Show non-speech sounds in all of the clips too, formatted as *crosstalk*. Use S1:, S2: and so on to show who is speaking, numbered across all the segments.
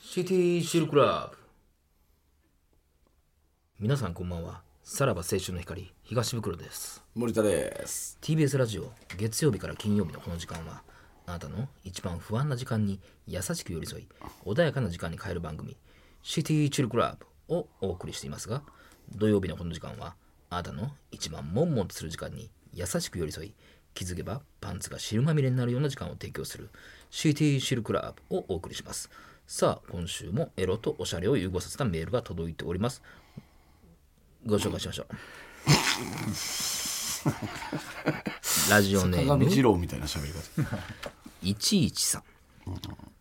S1: シティシルクラブ皆さんこんばんはさらば青春の光東袋です
S2: 森田です。
S1: TBS ラジオ月曜日から金曜日のこの時間はあなたの一番不安な時間に優しく寄り添い穏やかな時間に変える番組「シティチルクラブ」をお送りしていますが土曜日のこの時間はあなたの一番悶々とする時間に優しく寄り添い気づけばパンツが汁まみれになるような時間を提供する「シティシルクラブ」をお送りしますさあ今週もエロとおしゃれを融合させたメールが届いておりますご紹介しましょうラジオネーム
S2: 鏡二郎みたいな喋り方。
S1: 113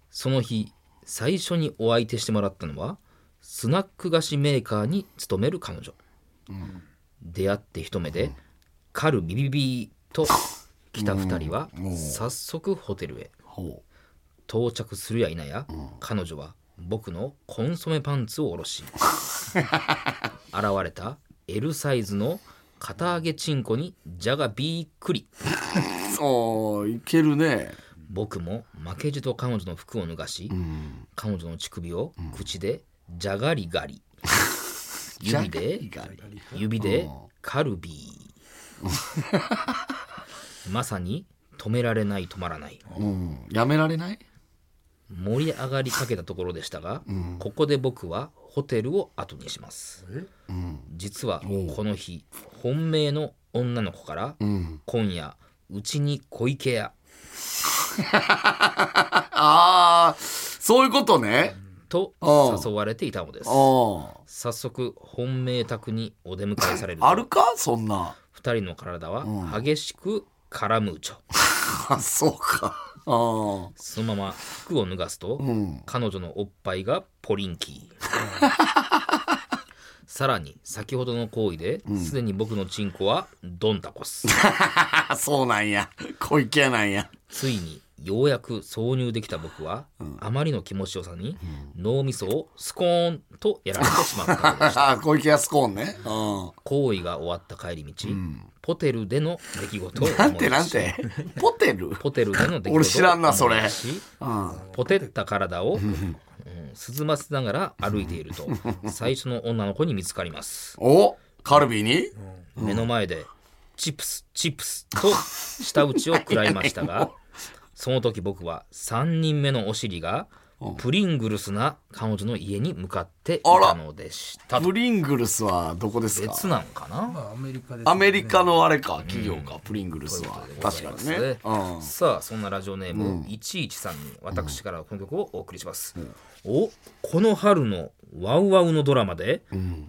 S1: その日最初にお相手してもらったのはスナック菓子メーカーに勤める彼女、出会って一目で、カルビビビーと来た2人は早速ホテルへ
S2: ほ
S1: 到着するや否や、彼女は僕のコンソメパンツを下ろ
S2: *laughs*
S1: し現れた L サイズの片揚げチンコにじゃがびっくり
S2: う。そう、いけるね。
S1: 僕も負けじと彼女の服を脱がし、
S2: うん。
S1: 彼女の乳首を口でじゃがりが
S2: *laughs*
S1: り、指で指でカルビ
S2: *laughs*
S1: ーまさに止められない止まらない
S2: うん。やめられない
S1: 盛り上がりかけたところでしたが、ここで僕はホテルを後にします実はこの日本命の女の子から、今夜うちに小池や
S2: ああ、そういうことね。
S1: と
S2: おう
S1: 誘われていたのです
S2: あ
S1: 早速本命宅にお出迎えされる
S2: あ。あるかそんな。
S1: 二人の体は激しく絡むうちょ、
S2: あそうか。あ
S1: そのまま服を脱がすと、
S2: ん
S1: 彼女のおっぱいがポリンキ
S2: *laughs*
S1: ーさらに先ほどの行為ですで、に僕のチンコはドンタコス
S2: あ。そうなんや。小池やなんや。
S1: ついにようやく挿入できた僕は、あまりの気持ちよさに、脳みそをスコーンとやられてしまったの
S2: *laughs*
S1: でした
S2: ああ、小池やスコーンね。う
S1: 行為が終わった帰り道、ホテルでの出来事を思い出し
S2: ん。なんてなんて。ポテル
S1: ホテルでの出来事を
S2: 俺知らんなそれ
S1: 思い出しポテった体を、うん、涼ませながら歩いてい
S2: *laughs*
S1: ると最初の女の子に見つかります
S2: おカルビに
S1: 目の前でチップスチップスと舌打ちを食らいましたがその時僕は3人目のお尻がプリングルスな彼女の家に向かっていたのでした
S2: プリングルスはどこですか
S1: 別なんかな
S3: アメリカで
S2: アメリカのあれか、企業か、プリングルスは。確かにね。うん。
S1: さあそんなラジオネーム113に私からこの曲をお送りします、おこの春のワウワウのドラマで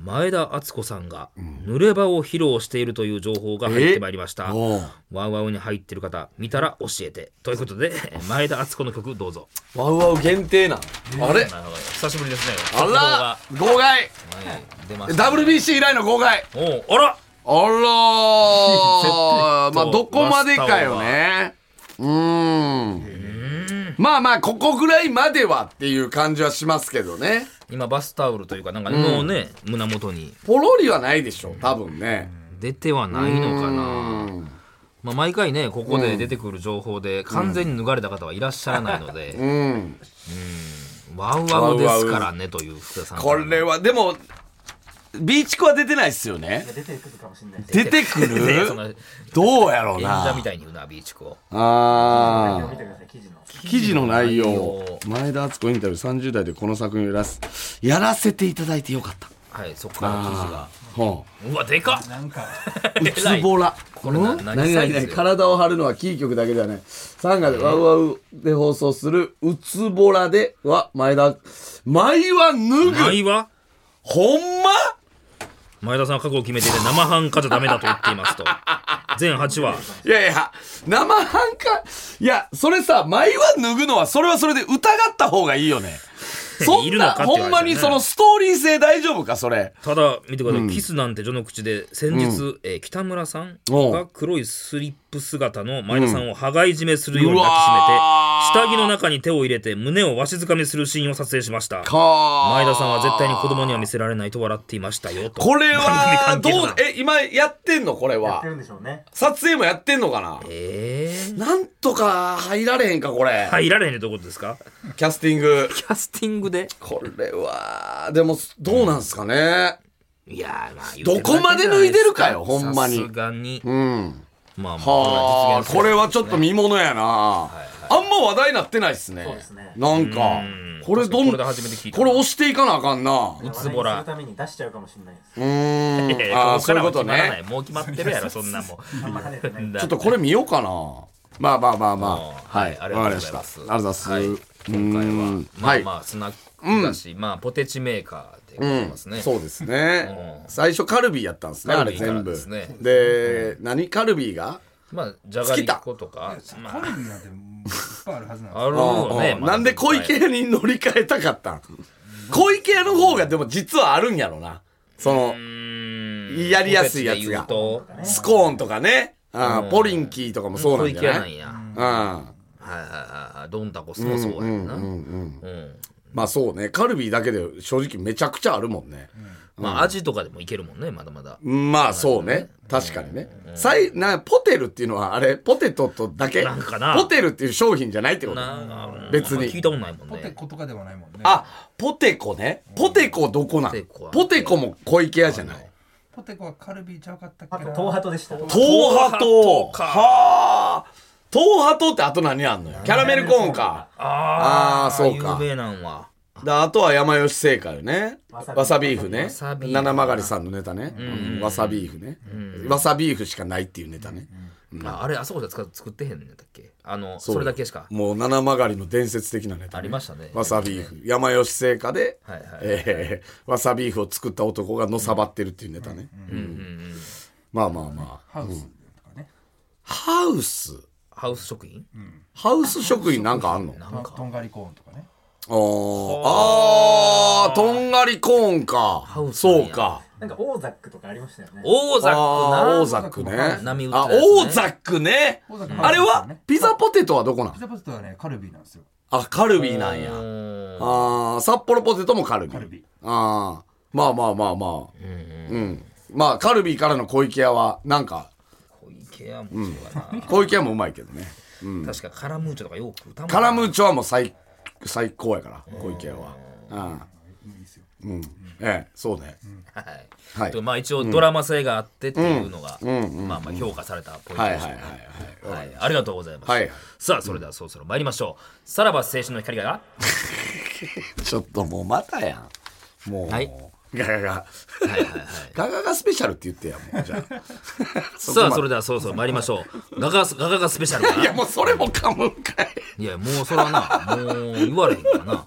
S1: 前田敦子さんが濡れ場を披露しているという情報が入ってまいりました
S2: おう
S1: ワウワウに入ってる方見たら教えてということで *laughs* 前田敦子の曲どうぞ
S2: ワウワウ限定なん。あれ
S1: なるほど久しぶりですね
S2: あら
S1: 速
S2: 号外
S1: 報がはい出ました
S2: !WBC 以来の号外
S1: おうあら
S2: あ
S1: 絶対
S2: らーまあどこまでかよね。うーん。まあまあ、ここぐらいまではっていう感じはしますけどね。
S1: 今バスタオルというかなんかもうね、胸元に
S2: ポロリはないでしょ、多分ね。
S1: 出てはないのかな
S2: うん。
S1: まあ、毎回ねここで出てくる情報で完全に脱がれた方はいらっしゃらないので、
S2: *laughs* うん。
S1: ワウワウですからねという福田さん
S2: これは、でも、ビーチコは出てないっすよね。出てくる
S1: *laughs*
S2: かもしれない。
S1: そ
S2: 出
S1: の
S2: てくる
S1: 演
S2: どうやろう
S1: 者
S2: な
S1: み。たいに言うなビーチコ
S2: ああ。記事の内容。前田敦子インタビュー30代でこの作品をやらせやらせていただいてよかった。
S1: はいそこから記事が
S2: ほ
S1: うわでかっ
S3: なん
S1: *laughs*
S3: か
S2: う。うつぼら。
S1: これな
S2: うん
S1: 何
S2: 何
S1: サイ
S2: 々
S1: ズよ
S2: 何々体を張るのはキー局だけではない。サンガでワウワウで放送するうつぼらでは前田、前は脱
S1: 前
S2: ぐ。
S1: は
S2: ほんま
S1: 前田さんは覚悟を決めていて生半可じゃダメだと言っていますと全8話
S2: いやいや、生半可。いや、それさ、前は脱ぐのは、それはそれで疑った方がい
S1: *laughs*
S2: いよね。そ
S1: い
S2: ん
S1: るの
S2: な、
S1: かって
S2: ほんま
S1: い
S2: に
S1: う話だね
S2: そのストーリー性大丈夫か、それ。
S1: ただ見てください、キスなんて序の口で先日、えー北村さん
S2: おう
S1: が黒いスリップ姿の前田さんを羽交い締めするように抱きしめて下着の中に手を入れて胸をわしづかみするシーンを撮影しました
S2: か
S1: 前田さんは絶対に子供には見せられないと笑っていましたよと
S2: これは
S1: 番組関係
S2: ど
S1: 者だ
S2: うえ今やってんのこれは
S3: るんでしょうね。
S2: 撮影もやってんのかな
S1: えー、
S2: なんとか入られへんかこれ、
S1: 入られへんねということですか
S2: キャスティング
S1: キャスティングで
S2: これはでもどうなんすかね
S1: いやーまあ言
S2: ど
S1: って
S2: こ
S1: もら
S2: ま
S1: って
S2: で
S1: んじゃな
S2: 脱
S1: い
S2: いでるかよほんま
S1: さ
S2: に
S1: すがに
S2: うん
S1: まあまあ
S2: はあこれはちょっと
S1: 見
S2: 見ものやな、あんま話題になってないっすね
S3: そうですね
S2: なんか
S1: うん
S2: これどん
S1: 確かにこれで初めて聞いた
S2: これ押していかなあかんな
S1: うつぼ
S3: 話題にす
S1: ら
S3: るために出しちゃうかもしれないです。
S2: うーん
S1: いやいや
S2: ああ
S1: こ
S2: そ
S1: こ
S2: うい
S1: からは
S2: うこと
S1: 決まらない
S2: ね
S1: もう決まってる
S2: *laughs*
S1: やろそんなもん
S3: あんま離れてない。
S1: ち
S2: ちょっとこれ見ようかなまあまあまあまあは
S1: はいい、
S2: わ
S1: あ
S2: か
S1: りがとうござい
S2: りましたあ
S1: ます。
S2: りがとうございます
S1: は
S2: う
S1: 今回は
S2: ーん、
S1: ま
S2: は
S1: あ
S2: い
S1: まあ、スナックだし、まあ、ポテチメーカーでございますね。
S2: そうですね
S1: うん
S2: 最初カルビーやったんですねあ
S1: カル
S2: れ
S1: ビーから
S2: 全部
S1: ですね
S2: で何カルビーが
S1: まあ、じゃがりことか、ま
S3: コルビなんていっぱいあるはずなん
S1: あ、ある
S2: うん
S1: よね。
S2: うん
S1: まだ
S2: なんで小池屋に乗り換えたかったん小池屋の方がでも実はあるんやろなその
S1: うーん
S2: やりやすいや
S1: ポテ
S2: つが
S1: チで言うと
S2: スコーンとかね、あー
S1: うん
S2: ポリンキーとかもそう
S1: 小
S2: なんじ
S1: 池
S2: ゃ
S1: や
S2: な
S1: ないんや。
S2: うん
S1: はいはいはいはい。どんたこすもそうやんな。うん
S2: まあそうねカルビーだけで正直めちゃくちゃあるもんね、
S1: まあ、味とかでもいけるもんね、まだまだ。
S2: まあそうね確かにね、さいなポテルっていうのはあれポテトとだけ
S1: なんかな
S2: ポテルっていう商品じゃないってこと
S1: な
S2: 別に
S1: まあ聞いたことないもん
S3: ポテ
S1: ね。
S3: コとかではないもんね。
S2: あポテコねポテコどこなん
S1: ポテコは
S2: ポテコも小池屋じゃない
S3: ポテコはカルビーちゃうかったっけな。
S4: 東ハトでした。
S2: 東波
S1: 東波
S2: と
S1: 塔か
S2: はあ東波とってあと何あんのよキャラメルコーンかあ
S1: あ
S2: あそうか
S1: 有名なんは。
S2: だあとは山吉製菓よね
S4: わさび
S2: わさビーフね
S1: わさビーフ
S2: 七曲さんのネタね、うんわさビーフね、わさビーフしかないっていうネタね、
S1: ああれ、あそこで使う作ってへんねんだっけあの、
S2: う
S1: それだけしか。
S2: もう七曲の伝説的なネタ、ね、
S1: ありましたね
S2: わさビーフ山吉製菓で、
S1: はいはい
S2: えーわさビーフを作った男がのさばってるっていうネタね、まあまあまあ
S3: ハウスとかね。
S2: ハウス
S1: ハウス食品
S2: ハウス職員なんかあんの
S1: なんか
S3: とんがりコーンとかね。
S2: あーあーとんがりコーンか
S1: ウスなん
S2: そう
S1: や
S2: か
S4: なんかオーザックとかありましたよね。
S1: オーザ
S2: あーオーザ
S1: ッ
S2: ックね
S1: 波打つや
S2: あ
S1: つね
S2: オーザックね
S3: オーザックも
S2: あれは
S3: ね
S2: ピザポテトはどこなん
S3: ピザポテトはね、カルビーなんですよ。
S2: あカルビーなん
S1: クな
S2: や
S1: うーん
S2: あー札幌ポテトもカルビー
S3: カルビー
S2: あーまあまあまあまあうんまあカルビーからの小池屋はなんか
S1: 小池屋もそうやな
S2: 小池屋もうまいけどね
S1: 確かカラムーチョとかよく食うたもん
S2: カラムーチョはもう最最高やから小池屋はうんうんええそうね
S1: はい
S2: はい
S1: とまあ一応ドラマ性があってっていうのが、まあまあ評価されたポイント
S2: はいは
S1: で
S2: い
S1: し
S2: は
S1: た
S2: い
S1: ね
S2: はい
S1: はい、ありがとうございます、
S2: はい
S1: さあそれではそろそろ参りましょう、さらば青春の光が
S2: ちょっともうまたやんもう
S1: はい
S2: ガガガ
S1: はいはいはい
S2: ガガガスペシャルって言ってや
S1: *laughs*
S2: もうじゃあこま
S1: さ
S2: で
S1: あそれではそろそろ参りましょ
S2: *laughs*
S1: うガガスガガガスペシャルかない
S2: やもうそれも噛むんかい
S1: いや、もうそれはな、もう言われへんからな。は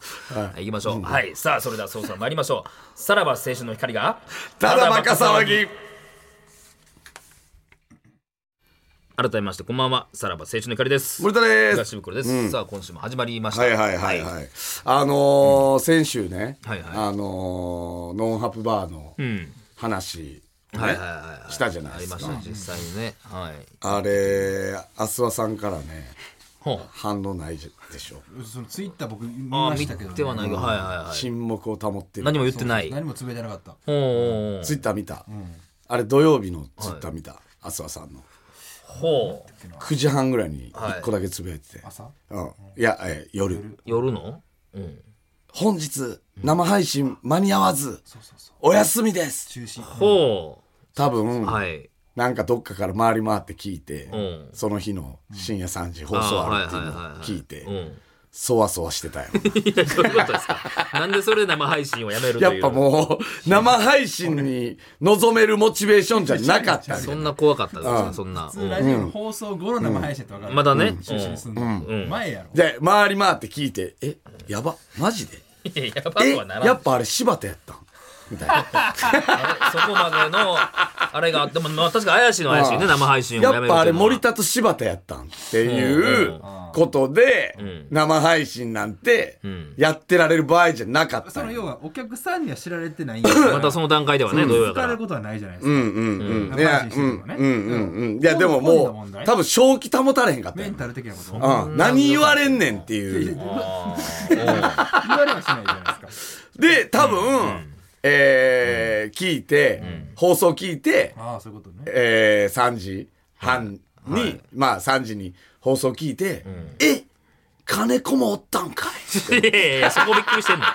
S1: い、行きましょう。はい、さあ、それではそろそろ参りましょう。さらば青春の光が、
S2: ただバカ騒。ぎ
S1: 改めまして、こんばんは。さらば青春の光です。
S2: 森田です
S1: 東袋です。さあ、今週も始まりました。
S2: はいはいはいはい。あのー先週ね、
S1: はいはい
S2: あのーノンハプバーの
S1: うん。
S2: 話、ね
S1: はいはいはいはい。
S2: したじゃない
S1: あ
S2: で
S1: り
S2: す
S1: まし
S2: か。
S1: た、実際にね。はい。
S2: あれ、アスワさんからね、
S1: ほう。
S2: 反応ないでしょ。
S3: そのツイッター僕見
S1: ああ、
S3: ま
S1: 見
S3: したけど、ね。
S1: てはないけど、はいはいはい。
S2: 沈黙を保ってる。
S1: 何も言ってない。
S3: 何もつぶやいてなかった。
S1: ほうほう
S2: ツイッター見た、あれ土曜日のツイッター見た、アスワさんの。
S1: ほう。
S2: 9時半ぐらいに
S1: はい
S2: 1個だけつぶやいてて。
S3: 朝
S2: うん。いや、えー夜。
S1: 夜のうん。
S2: 本日、生配信間に合わず、お休みです。
S3: 中止。
S1: ほ
S2: 多分、
S1: う。はい。
S2: なんかどっかから回り回って聞いて、
S1: ん
S2: その日の深夜3時放送あるっていうのを聞いて
S1: う、ん。 *laughs*
S2: そ *laughs* わそわしてたよ。
S1: いや、そういうことですか。なんでそれで生配信をやめるという
S2: やっぱもう、 *laughs* 生配信に望めるモチベーションじゃなかった
S1: そ
S2: よ。
S1: んな怖かったですね、そんな。
S3: 普
S1: う
S3: 通
S1: ん
S3: ラジオの放送後の生配信って分かる。
S1: まだね。
S3: 中止にすんの。前やろ。
S2: で、回り回って聞いて、え、やば、マジで
S1: いや、やばく
S2: え
S1: はな、
S2: や
S1: らん
S2: っ。ぱあれ柴田やったんみたいな。
S1: あれそこまでのあれがあっても、まあ、確かに怪しいのは怪しいね、
S2: まあ
S1: 生配信をやめる
S2: やって
S1: いうの
S2: ぱ
S1: は
S2: あれ森田と柴田やったんって
S1: うん
S2: いううんことで、
S1: ん
S2: 生配信なんて
S1: ん
S2: やってられる場合じゃなかった
S3: そ
S2: ん
S3: の
S2: や。
S3: 要はお客さんには知られてないんやか *laughs* ら
S1: またその段階ではね、土曜や
S3: 使
S1: か
S3: われ
S1: ら
S3: ることはないじゃないで
S2: う
S3: すか、
S2: んうんうん。い
S3: 生
S2: や
S3: 配信、し
S2: う
S3: て
S2: ん
S3: る
S2: う
S3: のね
S2: んうんうん。いや、でも
S3: そういう
S2: も
S3: 問
S2: う、
S3: 題
S2: 多分正気保たれへんかった
S3: メ
S2: よ
S3: ン
S2: ね。
S3: タル的なこと
S2: うん。何言われんねんっていう。
S3: 言われはしないじゃないですか
S2: で、多分、えー、聞いて、放送聞いて、
S3: ああそういうことね
S2: えー、3時半に、まあ3時に放送聞いて、え金子もおったんかい
S1: いやいやいやそこびっくり *laughs* してんの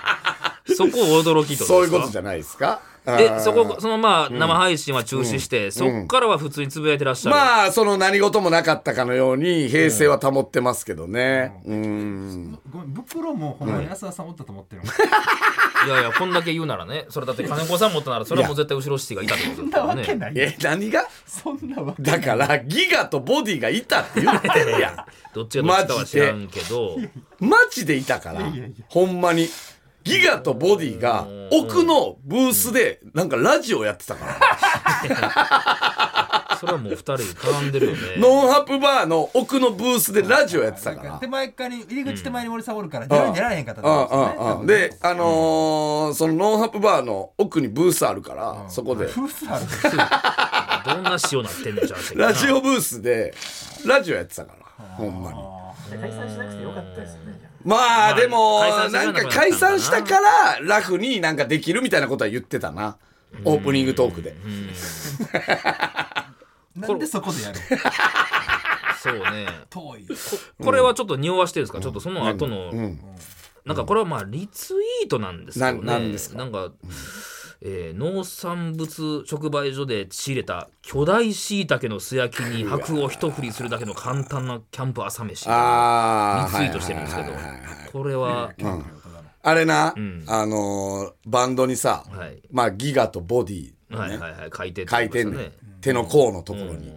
S1: そこを驚きって
S2: そういう
S1: ですか
S2: ことじゃないですか。
S1: え
S2: あー
S1: そこそのまあ生配信は中止して、そっからは普通につぶやいてらっしゃる、
S2: まあその何事もなかったかのように平成は保ってますけどね。うん。
S3: ごめん袋もほんまに安田さんおったと思ってるの、
S1: いやいやこんだけ言うならねそれだって金子さん持ったならそれはもう絶対後ろシティがいたってこと
S3: そ
S1: で
S3: ん
S1: す
S3: な
S1: から
S3: わけ
S1: ね
S3: ないやん
S2: え何が
S3: そんなわけ
S2: だからギガとボディがいたって言
S3: *laughs*
S2: ってるや
S1: どっちがどっちかは知らんけど
S2: ん。マジでいたから
S3: いやいや
S2: ほんまに。ギガとボディが奥のブースでなんかラジオやってたから。
S1: それはもう二人絡んでるよね
S2: ノンハプバー *laughs* の奥のブースでラジオやってたから。
S3: 手前っ側に入り口手前に森さんおるから出られ出られへんかったってことですよね
S2: ああああで、あのーそのノンハプバーの奥にブースあるから、そこで、
S3: 夫婦ある
S1: どんな塩なってんのじゃん
S2: ラジオブースで、ラジオやってたから、ほんまに。
S4: 解散しなくてよかったですよね。じゃ
S2: まあ、
S1: あ
S2: でも、
S1: 解散する
S2: な
S1: よう
S2: んか
S1: なこと
S2: 解
S1: になったのかな
S2: 散したから、楽になんかできるみたいなことは言ってたな。オープニングトークで。
S3: なんでそこでやる
S1: そうね
S3: 遠い
S1: ここれはちょっと匂わしてるんですか、ちょっとその後の、なんかこれはまあリツイートなんですけどね
S2: ななんですか
S1: なんか、えー農産物直売所で仕入れた巨大しいたけの素焼きに白を一振りするだけの簡単なキャンプ朝飯リツイ
S2: ああ。
S1: ートしてるんですけど
S2: はいはいはいはい
S1: これは、
S2: あれな、あのーバンドにさ、
S1: はい
S2: まあ、ギガとボディ
S1: はいはいはい書いてって
S2: 書い
S1: ことで
S2: て
S1: す
S2: ん
S1: よ
S2: ねん
S1: ね
S2: 手の甲のところに。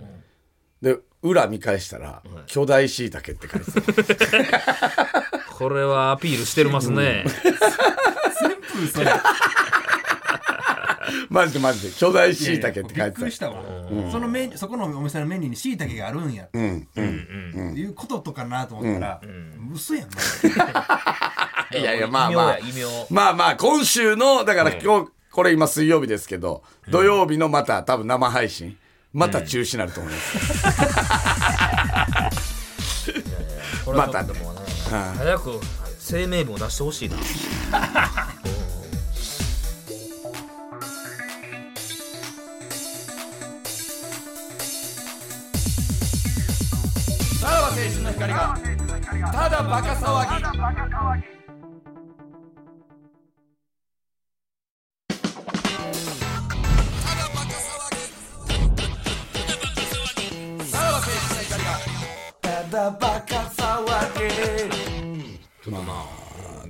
S2: で、裏見返したら、巨大椎茸って書いてた。 *laughs*
S1: これはアピールしてますね、
S3: 全部それ
S2: マジでマジで、巨大椎茸って書
S3: び
S2: い
S3: っく
S2: て。
S3: りしたたわそのメニューそこのお店のメニューにしいたけがあるんや
S2: うん、うん。
S3: いうこととかなと思ったら嘘やん
S2: いやいや、まあまあ。
S1: 異名や異名
S2: まあまあ、今週の、だから今日、これ今水曜日ですけど、土曜日のまた多分生配信、また中止になると思います。 *laughs*
S1: これはちょっともうね、早く声明文を出してほしいな
S2: さらば青春の光が、ただバカ騒ぎ。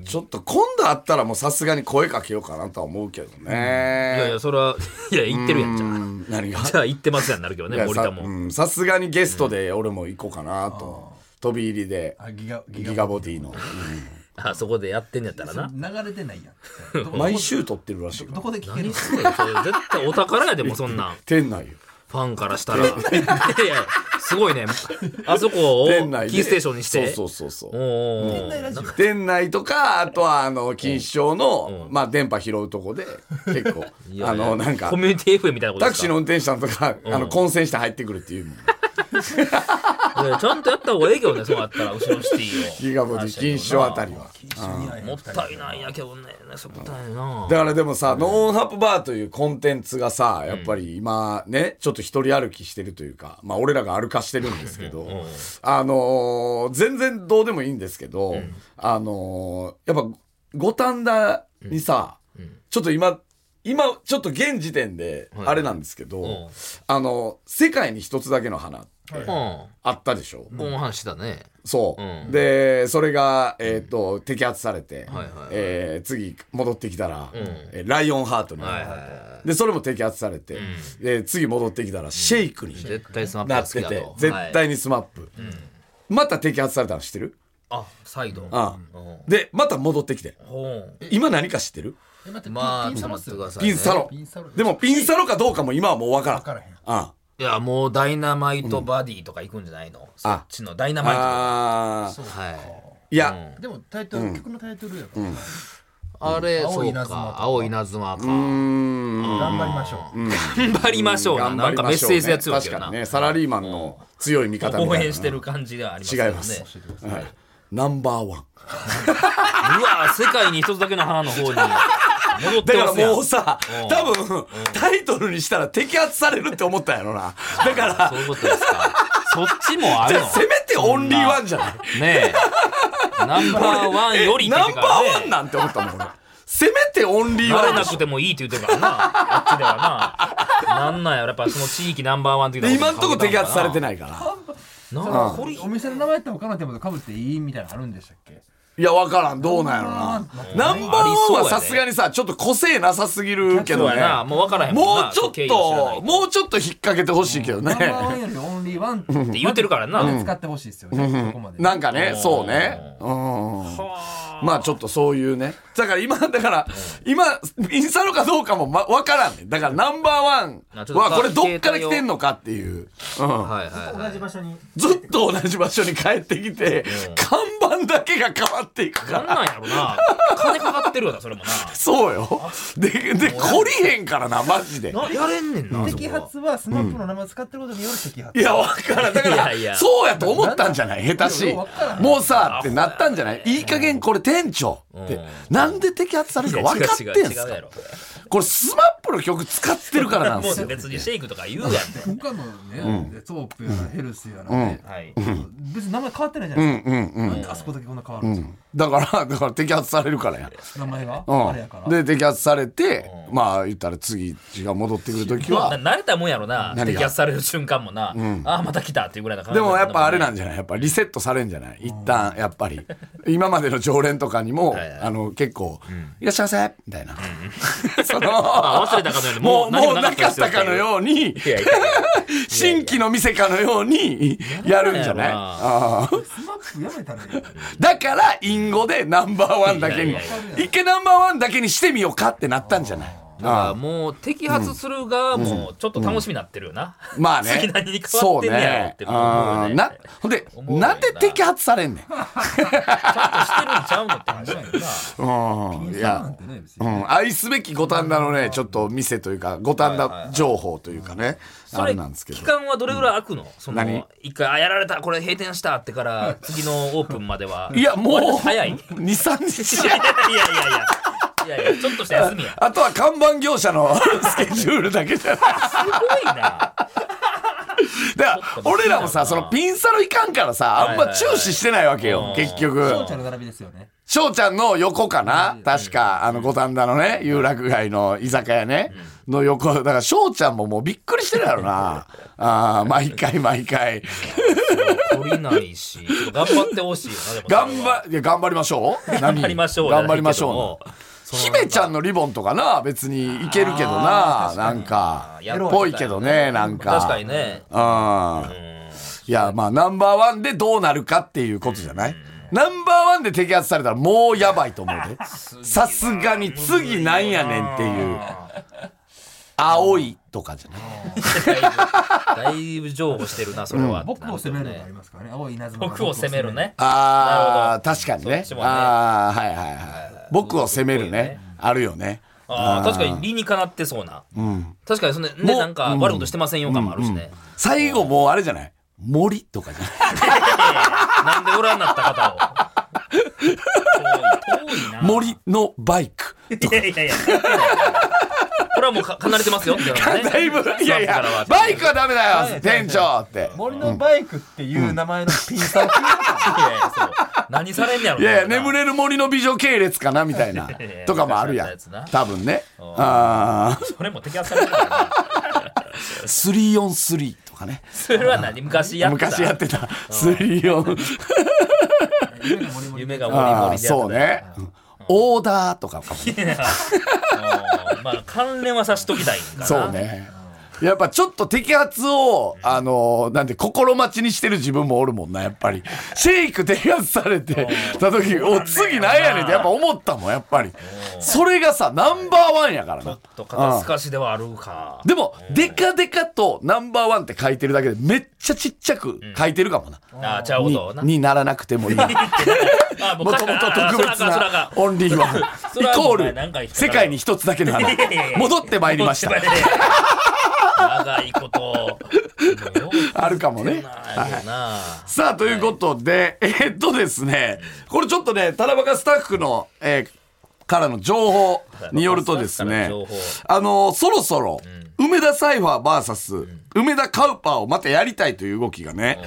S2: ちょっと今度あったらもうさすがに声かけようかなとは思うけど
S1: いやい
S2: ね。
S1: やそれはいや言ってるやんじゃん
S2: うん何が
S1: じゃあ言ってますやんなるけど
S2: い
S1: ね
S2: や
S1: 森
S2: さ
S1: 田も、
S2: うんさすがにゲストで俺も行こうかなと、飛び入りで
S3: あギガギガ
S2: ギガボディの、
S1: あそこでやってんやったらな
S3: 流れてないやんど
S2: うん毎週撮ってるらしいから
S3: どこで聞ける
S1: 何すんのそれ絶対お宝やでもうそんなん
S2: 店内よ
S1: ファンからした
S2: *laughs*
S1: らいやいやすごいねあそこをキ
S2: 店内で
S1: ーステーションにして
S2: そうそうそうそう
S1: おー
S2: 店内とかあとはあの錦糸町の、まあ、電波拾うとこで結構
S1: *laughs* いや
S2: あのなんか
S1: コミュニティ FM みたいなこと
S2: タ
S1: で
S2: ク
S1: す
S2: シー
S1: か
S2: の運転手さんとか、あの混戦して入ってくるっていうもん
S1: いやちゃんとやった方がええけどねそうやったら後ろシテ
S2: *laughs*
S1: ィを
S2: ギガボディ錦糸町あたりは。
S1: もったいないやけどねそこだよな
S2: だからでもさ、ノンハプバーというコンテンツがさ、やっぱり今ね、ちょっと一人歩きしてるというか、まあ俺らが歩かしてるんですけど、あのー全然どうでもいいんですけど、あのーやっぱ五反田にさ、ちょっと今、今、ちょっと現時点で、あれなんですけど、
S1: ん
S2: あのー世界に一つだけの花って
S1: う
S2: あったでしょ、
S1: んこの話だね
S2: そう、
S1: うん
S2: でそれが、えーと摘発されて、
S1: はいはいはい
S2: えー次戻ってきたら、えーライオンハートになる、
S1: はいはいは
S2: でそれも摘発されて、で次戻ってきたらシェイクに
S1: 絶対スマップ
S2: な
S1: が
S2: っ
S1: 好き
S2: て
S1: だ
S2: て
S1: と
S2: 絶
S1: はい
S2: 対にスマップ、また摘発されたの知ってる
S1: あサイド
S2: あ
S1: う
S2: あ
S1: ん
S2: でまた戻ってきて
S1: ほう
S2: 今何か知ってる
S3: え待って
S1: まあ、
S3: ピン
S1: ちょ
S3: サ
S1: っと
S3: ロっ
S1: 待っ
S3: す
S1: てください、
S3: よ
S2: ピ
S1: ね。
S2: ンサロ
S3: ピンサロ
S2: でもピンサロかどうかも今はもう分からん
S3: 分からへん
S2: あ
S1: いや、もうダイナマイトバディとか行くんじゃないの、そっちのダイナマイト。
S2: ああ
S3: そうか
S1: はい
S2: や、
S1: うん
S3: でもタイトル曲のタイトルやから
S1: あれ、
S3: 青
S1: そ
S3: いう稲妻と
S1: か
S3: か。
S1: 青い稲妻か。
S3: 頑張りましょう
S1: 頑張りましょうな。
S2: 頑
S1: な
S2: 張
S1: ん
S2: り
S1: か
S2: ま
S1: メッ
S2: しょう
S1: セ
S2: ね
S1: ージが強いけ
S2: 確
S1: どな。
S2: かにねサラリーマンの強い味方みたいな
S1: 応援してる感じではありますけ
S2: 違
S1: ど
S2: い
S1: ね。
S2: ますはいナンバーワン
S1: うわ世界に一つだけの花の方に戻っ
S2: *laughs* だ
S1: て
S2: か
S1: ま
S2: ら
S1: すやん
S2: もうさ
S1: うん
S2: 多分タイトルにしたら摘発されるって思ったんやろなだから
S1: そういうことですかそっちもあ
S2: じ
S1: る
S2: ゃあ
S1: の
S2: *laughs* せめてオンリーワンじゃない *laughs*
S1: ねえナンバーワンよりって言っ
S2: ナン
S1: て
S2: バ
S1: から
S2: ー
S1: ね
S2: ワンなんて思ったもん俺せめてオンリー
S1: な
S2: ワ
S1: れ
S2: ンで
S1: な
S2: しょ
S1: くてもいいって言ってるからなあっちではななんなんやろやっぱその地域ナンバーワンって
S2: で今んとこ摘発されて
S1: い
S2: ないから
S1: なん
S3: あ
S1: か
S3: これお店の名前やったら他のテーマとかぶっていいみたいなのあるんでしたっけ
S2: いや分からんどうなんやろなナ
S1: ンバーワン
S2: ンバーワンはさすがにさちょっと個性なさすぎるけ
S1: そう
S2: ど
S1: や
S2: ね
S1: なもう分からへん
S2: も
S1: もん
S2: う
S1: な
S2: ちょっ
S1: 経緯を知らない
S2: ともうちょっと引っ掛けてほしいけど
S3: ナンバーワ
S2: ね
S3: ンよりオンリーワンって
S1: って言ってるからな、
S3: 使ってほしいですよねそこま
S2: *laughs*
S3: で
S2: なんかねそうねうんまあちょっとそういうねだから今だから今インスタのかどうかもま分からんねだからナンバーワン
S1: あちょっと
S2: はこれどっから来てんのかっていううん
S1: はいはいは
S4: 同
S1: い
S4: じ場所に
S2: ずっと同じ場所に帰ってきて看板だけが変わっていくか
S1: なん
S2: ら
S1: なんやろな金かかってるよなそれもな
S2: そうよでで懲りへんからなマジで
S1: なやれんねんなそこ
S3: 摘発はスナップの名前使ってることによる摘発
S2: いや、わからん。だから、
S1: いやいや
S2: そうやと思ったんじゃない下手し
S3: わからん
S2: もうさ、ってなったんじゃないいい加減これ店長って、なんで摘発されるか分かってんす
S1: 違う違う違うや
S2: か
S1: ろ
S2: これスマップの曲使ってるからな
S1: *laughs* も
S2: んですよ
S1: う。別にシェイクとか言うやんって
S3: 他のねソープやらヘルスやらね
S1: はい
S3: 別に名前変わってないじゃないです
S2: うんうん
S3: かなんであそこだけこんな変わるんですか
S2: だから、 *laughs* だから摘発されるからや。
S3: 名前が
S2: うん
S3: あれやから
S2: で、摘発されて、まあ言ったら次、違う戻ってくる時
S1: まあ
S2: は、
S1: 慣れたもんやろな
S2: 何
S1: 摘
S2: が
S1: 発される瞬間もなああまた来たっていうぐらいな感じ
S2: でもやっぱあれ
S1: ん
S2: なんじゃないやっぱリセットされんじゃない一旦やっぱり今までの常連とかにも
S1: はいはい
S2: あの結構「いらっしゃいませ」みたいな *laughs* その
S1: あ忘れたかのように
S2: もう
S1: 何
S2: もうなかったかのように
S1: いやいやいや
S2: 新規の店かのようにやるんじゃない
S1: なんやろな
S2: ああ
S3: スナップやめたらいいよ
S2: だから隠語でナンバーワンだけ
S1: い
S2: に
S1: やいや
S2: 一回ナンバーワンだけにしてみようかってなったんじゃない
S1: だからもう摘発する側もちょっと楽しみになってるよな
S2: まあね。
S1: 次何に変わってんねやろって
S2: そう
S1: 思うよね
S2: ねうんな、ほんで、
S1: 思うよな
S2: なんで摘発されんね
S1: *laughs*
S2: ん。
S1: ちゃんとしてるんちゃうのって話やんな
S2: うん。いや
S3: なん。てね別
S2: う
S3: に
S2: ん、愛すべき五反田のねちょっと店というか五反田情報というかね
S1: そ
S2: あ
S1: れ
S2: れなんですけど
S1: 期間はどれぐらい空くのそ
S2: 何
S1: の一回あやられたこれ閉店したってから次のオープンまで
S2: *laughs*
S1: はい
S2: やもう
S1: 割と早いい
S2: 23日
S1: *laughs* やい
S2: や
S1: やいやいやいやいやちょっとした休みや
S2: あとは看板業者の *laughs* スケジュールだけじゃない
S1: すごいな。
S2: だから俺らもさそのピンサロいかんからさあんま注視してないわ
S1: はい
S2: けよ
S1: はいはい
S2: 結局
S3: 翔ちゃんの並びですよね
S2: 翔ちゃんの横かな確かあの五反田のね有楽街の居酒屋ねの横だから翔ちゃんももうびっくりしてるやろなあー毎回毎回
S1: 懲りないし、頑張ってほしいよな。でも
S2: 頑張いや頑張りましょ
S1: *laughs*
S2: う頑
S1: 頑張りましょう。
S2: 頑張りましょう
S1: う。
S2: 姫ちゃんのリボンとかな別にいけるけどななんか
S1: やろう
S2: ぽいけどねなんか
S1: 確かにね。
S2: うんいやまあナンバーワンでどうなるかっていうことじゃないナンバーワンで摘発されたらもうやばいと思う
S1: *laughs*
S2: でさすがに次なんやねんっていう青いとかじゃな
S1: だ
S2: い
S1: いぶ譲歩してるな、それは。
S3: 僕を責めるのがありますからね青い稲妻が
S1: 僕を責めるね。
S2: あー確かに
S1: そ
S2: ね
S1: っちもね
S2: ああはいはいはい僕を責める
S1: そういうこ
S2: ねあるよね
S1: ああ、確かに理にかなってそうな。確かにそのね、
S2: もう
S1: なんか悪いことしてませんよ感もあるしね。
S2: 最後もうあれじゃない森とかじゃない
S1: なんでご覧になった
S2: *laughs*
S1: 方を。遠い遠いな。
S2: 森のバイク。
S1: いやいやいや。これはもうか離れてますよっていうのがね。
S2: *laughs* だいぶ、いやい
S1: スナップからは
S2: や、バイクはダメだよ、店長って。
S3: 森のバイクっていう名前のピンサロ
S1: いやいやそう何されんねやろ
S2: いやいや、眠
S1: れ
S2: れる森の美女系列かな、みたい
S1: や
S2: な
S1: *laughs* いや。
S2: とかもあるや
S1: 昔あったや
S2: ん
S1: つ。な
S2: 多分ね。ああ、
S1: それも摘発されるからな
S2: 3on3 とかね。
S1: それは何昔やってた
S2: 昔やってた。3on。
S1: 夢が森
S2: あ
S1: 森
S2: あ、
S1: でやってた
S2: そうね。オーダーとかかも
S1: いやうんまあ関連はさしときたいんかな
S2: そうね。やっぱちょっと摘発を、あのーなんて、心待ちにしてる自分もおるもんな、やっぱり。シェイク摘発されてた時、お、次なんやねんってやっぱ思ったもん、やっぱり。それがさ、ナンバーワンやから
S1: ちょ
S2: な
S1: っ。と肩透かしではあるか。
S2: でも、デカデカとナンバーワンって書いてるだけで、めっちゃちっちゃく書いてるかもな。
S1: ああ、ちゃうことな。
S2: ににならなく *laughs* てもいい。
S1: あも
S2: もともと特別なオンリーワン。
S1: そ
S2: イ
S1: ら
S2: コ
S1: お前なんか言っ
S2: ール、
S1: てた
S2: 世
S1: な
S2: 界に一つだけの花。戻ってまいりました。
S1: 長いこと。もうよう
S2: あるかもね。
S1: なよな。
S2: さあ、ということで、えーっとですね、これちょっとね、タラバカスタッフの、えーからの情報によるとですね
S1: タラバカス、
S2: あのーそろそろ、梅田サイファー VS、梅田カウパーをまたやりたいという動きがね、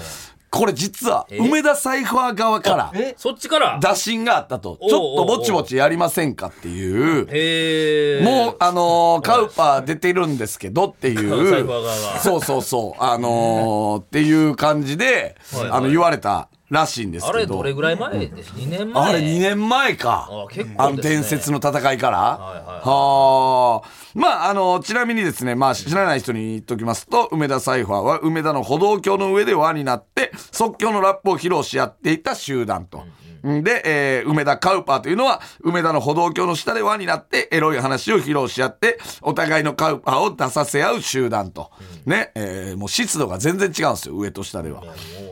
S2: これ実は、
S1: え
S2: 梅田サイファー側から、
S3: え
S1: そっちから。
S2: 打診があったと、
S1: おう
S2: ち
S1: お
S2: ょっと
S1: うおう
S2: ぼちぼちやりませんかっていう、
S1: へえ。
S2: もう、あのーカウパー出てるんですけどって
S1: *laughs*
S2: い
S1: サイ
S2: う
S1: ファー側が、
S2: そうそうそう、あのーっていう感じで
S1: はいは、い
S2: あの、言われたらしいんですけ
S1: あ
S2: ど。
S1: れどれぐらい前です、?2 年前。
S2: あれ2年前か。
S1: あ結構ですね
S2: あの伝説の戦いから。
S1: いはいはい
S2: はあ。まあ、あの、ちなみにですね、まあ、知らない人に言っときますと、梅田サイファーは梅田の歩道橋の上で輪になって、即興のラップを披露し合っていた集団と。で、えー梅田カウパーというのは、梅田の歩道橋の下で輪になって、エロい話を披露し合って、お互いのカウパーを出させ合う集団と。ね、えーもう湿度が全然違うんですよ、上と下では。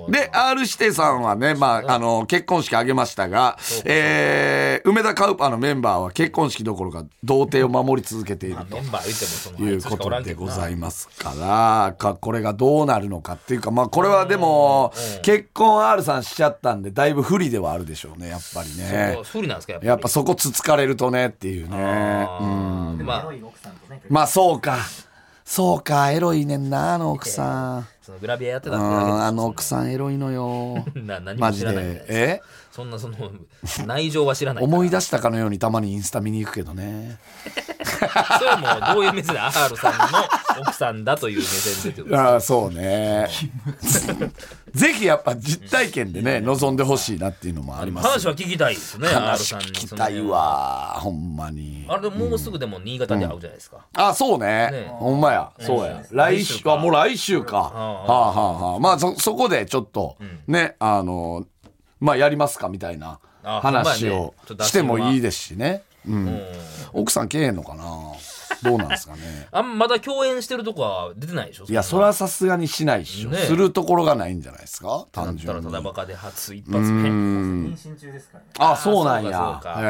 S2: で、R 指定さんはね、まあ、あの、結婚式あげましたが、えー梅田カウパーのメンバーは結婚式どころか、童貞を守り続けている
S1: メンバー言ってもその
S2: と
S1: あ
S2: い
S1: いうつし
S2: こ
S1: かおら
S2: と
S1: んけ
S2: で
S1: ど
S2: ご
S1: な
S2: ざいますから、か、これがどうなるのかっていうか、まあ、これはでも、結婚 R さんしちゃったんで、だいぶ不利ではあるでしょうね、やっぱりね
S1: そう。不利なんですかやっぱり
S2: やっぱそこつつかれるとねっていうね。うん。
S1: で
S4: エ
S1: ま
S4: ロ
S1: あ
S4: い奥さんとね、
S2: まあ、そうか。そうか、エロいねんな、あの奥さん。
S1: そのグラビアやって
S2: う
S1: た
S2: ん、
S1: ってだけです
S2: あの奥さんエロい
S1: *laughs*
S2: のよ。
S1: な何も
S2: マジ
S1: 知らないみたいで。
S2: で
S1: す
S2: え
S1: そんなその内情は知らない
S2: 思い
S1: 出
S2: 出したかのようにたまにインスタ見に行くけど
S1: *laughs*
S2: ね。
S1: それはもうどういう目線で R さんの奥さんだという目線でってことです
S2: ああ、そうね。 *laughs* ぜひやっぱ実体
S1: *laughs*
S2: 験でね、望んでほしいなっていうのもあります。
S1: 話は聞きたいですね R
S2: 話
S1: さんに
S2: 聞きたいわ、ほんまに
S1: そ。のあれでももうすぐでも新潟で会うじゃないですか、
S2: あ、そうね
S1: ね。
S2: ほんまや。そうや。来週か、もう来週か。はあはあはあ。まあ、そ、そこでちょっと、ね、あの、まあ、やりますかみたいな
S1: あ
S2: 話
S1: ほんまやね
S2: を
S1: ちょっと
S2: してもいいですしね。うん。奥さん来えへんのかなどうなんですか
S1: *laughs*
S2: ね。
S1: あんまだ共演してるとこは出てないでしょ
S2: いや、それ
S1: れ
S2: はさすがにしないっしょ。
S1: ねえ
S2: するところがないんじゃないですか
S1: だっ
S2: 単
S1: たら
S2: 純
S1: た
S2: に。
S1: だバカで初一発目
S4: 妊娠中ですからね。
S2: あ、そうなん
S1: そう
S2: や
S1: かそう。か
S2: へ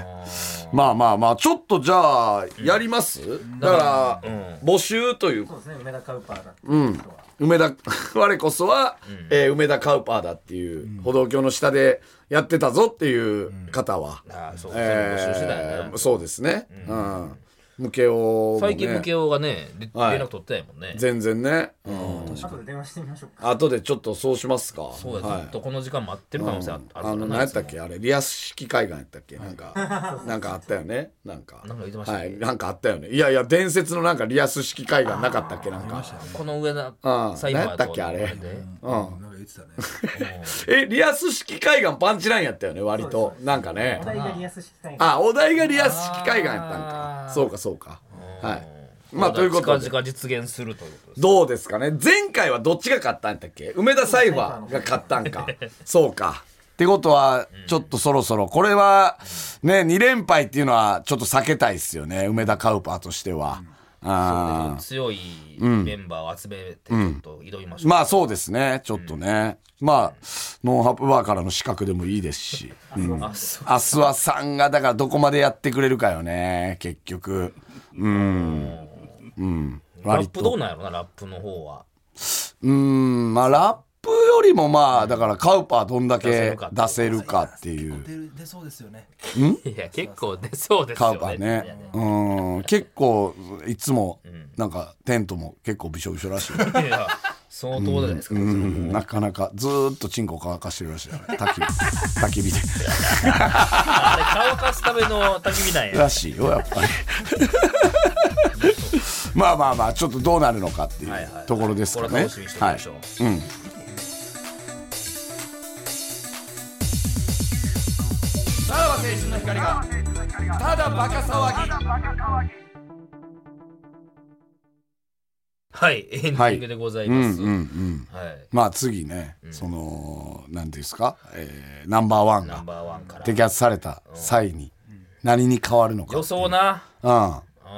S2: え。まあまあまあ、ちょっとじゃあ、やりますだから、募集というか
S4: そうですね、梅田カウパーだっていう人は。
S2: 梅田、 *laughs* 我こそは、えー梅田カウパーだっていう、歩道橋の下でやってたぞっていう方は、
S1: ああそう、
S2: え
S1: 全部募集してたよ
S2: ー
S1: ね
S2: そうですね。うん。ムケオもね
S1: 最近ムケオがねで
S2: はい
S1: 連絡取ってないもんね、
S2: 全然ね。うん。
S4: 後で電話してみましょうか。
S2: 後でちょっとそうしますか。
S1: そうや、
S2: はい
S1: ずっとこの時間待ってる可能性あった
S2: あの、何やったっけあれ、リアス式海岸やったっけなんか、なんかあったよねなんか。
S1: なんか言ってましたっ
S2: は
S1: け
S2: い、なんかあったよね。いやいや、伝説のなんかリアス式海岸なかったっけなんか。
S1: この上だ
S2: うん
S1: サイファー
S2: 何やったっけあれ
S1: で
S3: うんなんか言ってたね
S2: え、リアス式海岸パンチラインやったよね、割と。なんかね
S4: お。題がリアス式会が。
S2: あ、お題がリアス式海岸やったんか
S1: あ。ー
S2: そうか、そうか。はい。ま
S1: ま
S2: あ、
S1: あ
S2: ということ
S1: 近
S2: で。
S1: 々実現するということです
S2: どうですかね前回はどっちが勝ったんやったっけ梅田サイファーが勝ったんか。そうか。ってことは、ちょっとそろそろ、これは、ね、2連敗っていうのは、ちょっと避けたいですよね。梅田カウパーとしては。あー
S1: 強いメンバーを集めてちょっと挑みましょう、
S2: まあそうですね。ちょっとね。まあ、ノンハプバーからの資格でもいいですし。うん
S1: あそう
S2: アスワさんが、だからどこまでやってくれるかよね。結局。うん。うん。
S1: ラップどうなんやろなラップの方は
S2: うーん、まあラップよりもまあ、だからカウパーどんだ
S1: 出せ
S2: け
S1: るかっていう
S2: 出せるかっていう。
S3: 出る出そうですよね
S1: いや結構出そうですよ
S2: カウ
S1: ね
S2: パー
S1: いや
S2: ね。うん、結構、いつも、なんかテントも結構びしょびしょらしい。
S1: いや相当じゃないですか、
S2: うんなかなかずーっとチンコ乾かしてるらしいよね。焚き
S1: *laughs*
S2: 火。焚き火で。
S1: あれ乾かすための焚き火なんや
S2: らしいよ、やっぱ
S1: *laughs*
S2: り。まあまあまあ、ちょっとどうなるのかっていう
S1: はいはい
S2: ところですか
S1: これ
S2: ね
S1: 楽しみにし。ておき
S2: は
S1: ま
S2: い
S1: しょう。
S2: うん。さらば青春の光がただバカ騒ぎ
S1: はい、エンディングでございます。
S2: うんうん
S1: はい。
S2: まあ次ね、その何ていうんですか、えーナンバーワン
S1: ナン
S2: が
S1: バーワンから。
S2: 摘発された際に何に変わるのか
S1: 予、想な。
S2: う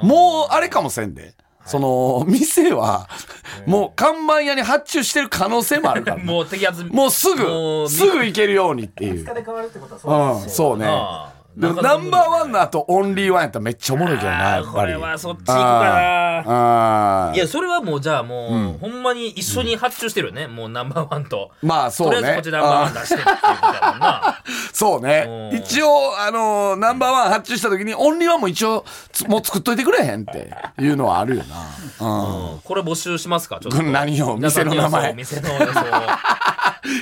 S2: ん、もうあれかもせんで、その店はもう看板屋に発注してる可能性もあるから、ね、
S1: *laughs* もう摘発。
S2: もうす
S1: も
S2: ぐ
S1: う
S2: すぐ行けるようにっていう
S4: 二日で変わるってことはそうなん
S2: う
S4: で
S2: んそうね
S1: あー
S2: で
S1: な
S2: も
S1: かな
S2: ナ
S1: か
S2: ンバーワンの後オンリーワンやったらめっちゃおもろいけどなや
S1: あ
S2: っ
S1: ー
S2: ぱり
S1: これはそっち行くかな。
S2: あ
S1: いや、それはもう、じゃあもう、ほんまに一緒に発注してるよね。もうナンバーワンと。
S2: まあそうね
S1: とりあえずこっちナンバーワン出してっていうことやもんな。
S2: そうね
S1: うん
S2: 一応あのーナンバーワン発注した時にオンリーワンも一応つもう作っといてくれへんっていうのはあるよ
S1: う
S2: な、
S1: んこれ募集しますかちょっ
S2: う
S1: と。
S2: ん、何を
S1: 皆さ
S2: 店
S1: ん
S2: の
S1: には
S2: 名
S1: そう
S2: 前
S1: 店の予想。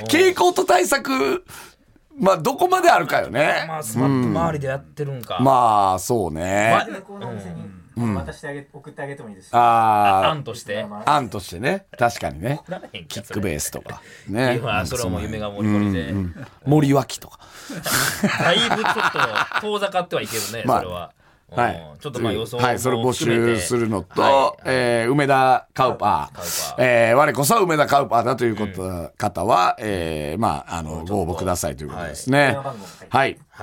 S2: 傾向と対策まあどこまであるかよね
S1: まあ、スマップ周りでやってるんか。
S2: まあそうね
S4: す向こうのお店に渡してあげ、送ってあげてもいいですし
S2: あ
S1: 案として。
S4: ま
S2: あ案としてね確かにね
S1: ならへんキッ
S2: クベースとか
S1: い
S2: ね
S1: やそれはもう夢が盛り盛りで、
S2: 森脇とか
S1: だいぶちょっと遠ざかってはいけるね、
S2: *laughs* まあ
S1: それは、うん
S2: はい、
S1: ちょっとまあ予想
S2: はい、それ
S1: も
S2: 募
S1: 含めて
S2: 集するのと、
S1: はい
S2: えー梅田カウパー
S1: カウパ
S2: えー我こそは梅田カウパーだということ、方は、えーまああのご応募くださいということですね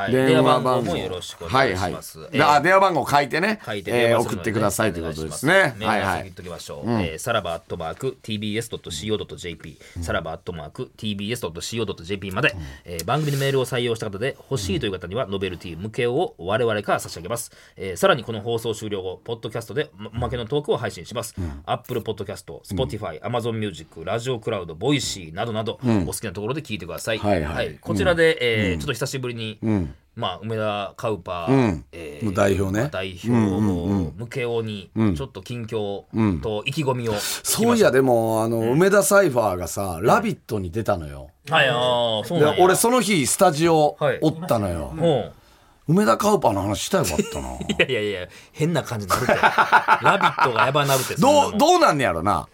S4: 電話番号も書いて
S1: はい電話番号もよ
S2: はい、
S1: ろしくお願いします
S2: はいはい
S1: えー
S2: あ電話番号書いてね
S1: 書いて
S2: え
S1: 電
S2: ー
S1: 話する
S2: 送
S1: ので
S2: って
S1: ね
S2: くださいということです
S1: お願し
S2: ね
S1: ますメー
S2: は
S1: ル
S2: い
S1: は先
S2: は
S1: に言
S2: い
S1: っときましょう。えーさらばアットマーク tbs.co.jp、さらばアットマーク tbs.co.jp まで、えー番組のメールを採用した方で欲しいという方にはノベルティ向けを我々から差し上げます。えーさらにこの放送終了後、ポッドキャストでおまけのトークを配信します。Apple Podcast、Spotify、Amazon Music、ラジオクラウド、ボイシーなどなど、お好きなところで聞いてください。
S2: はいはい
S1: こちらで、えーちょっと久しぶりに、まあ、梅田カウパー、えー
S2: の代表ね
S1: まあ代表の向けおに、ちょっと近況と意気込みを、
S2: そういやでもあの、梅田サイファーがさ「ラビット!」に出たのよ
S1: はい、ああ、そう
S2: で
S1: なんや
S2: 俺その日スタジオ
S1: はい
S2: おったのよ、
S1: うん。い
S2: 梅田カウパーの話したらよかっ
S1: *laughs*
S2: たな
S1: やいやいや、変な感じにな
S2: *laughs*
S1: るって。ラビットがやばなるって。そんな
S2: ど
S1: も
S2: うんどうなんねやろな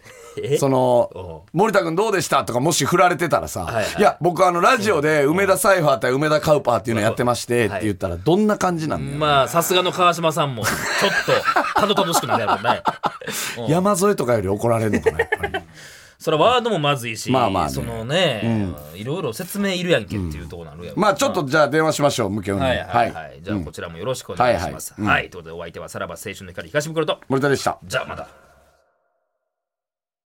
S2: その
S1: う
S2: 森田君どうでしたとかもし振られてたらさ、
S1: はい
S2: い
S1: はい
S2: や僕あのラジオで梅田サイファー対梅田カウパーっていうのやってましてっ
S1: はい
S2: て言ったらどんな感じなんだよ、
S1: まあ、さすがの川島さんも、ちょっと、たどたどしくなるやろね。
S2: 山添とかより怒られるのかなやっぱ
S1: *laughs*
S2: り
S1: それはワードもまずいし、
S2: まあまあね
S1: そのね、いろいろ説明いるやんけっていうところなるやん。
S2: まあちょっとじゃあ電話しましょう向けに、
S1: はいはい
S2: は
S1: はいい。じゃあ、こちらもよろしくお願いします。
S2: うん
S1: はい。ということで、お相手はさらば青春の光東袋と、
S2: 森田でした
S1: じゃあまた。